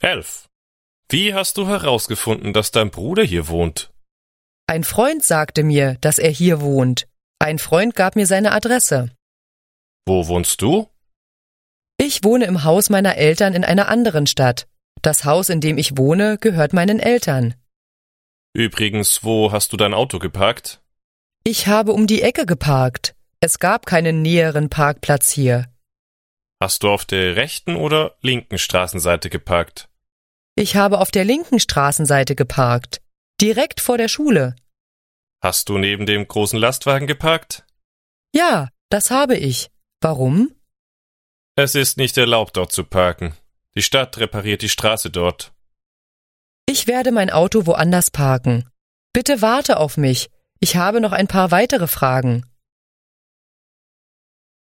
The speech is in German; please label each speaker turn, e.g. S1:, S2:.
S1: Elf. Wie hast du herausgefunden, dass dein Bruder hier wohnt?
S2: Ein Freund sagte mir, dass er hier wohnt. Ein Freund gab mir seine Adresse.
S1: Wo wohnst du?
S2: Ich wohne im Haus meiner Eltern in einer anderen Stadt. Das Haus, in dem ich wohne, gehört meinen Eltern.
S1: Übrigens, wo hast du dein Auto geparkt?
S2: Ich habe um die Ecke geparkt. Es gab keinen näheren Parkplatz hier.
S1: Hast du auf der rechten oder linken Straßenseite geparkt?
S2: Ich habe auf der linken Straßenseite geparkt, direkt vor der Schule.
S1: Hast du neben dem großen Lastwagen geparkt?
S2: Ja, das habe ich. Warum?
S1: Es ist nicht erlaubt, dort zu parken. Die Stadt repariert die Straße dort.
S2: Ich werde mein Auto woanders parken. Bitte warte auf mich. Ich habe noch ein paar weitere Fragen.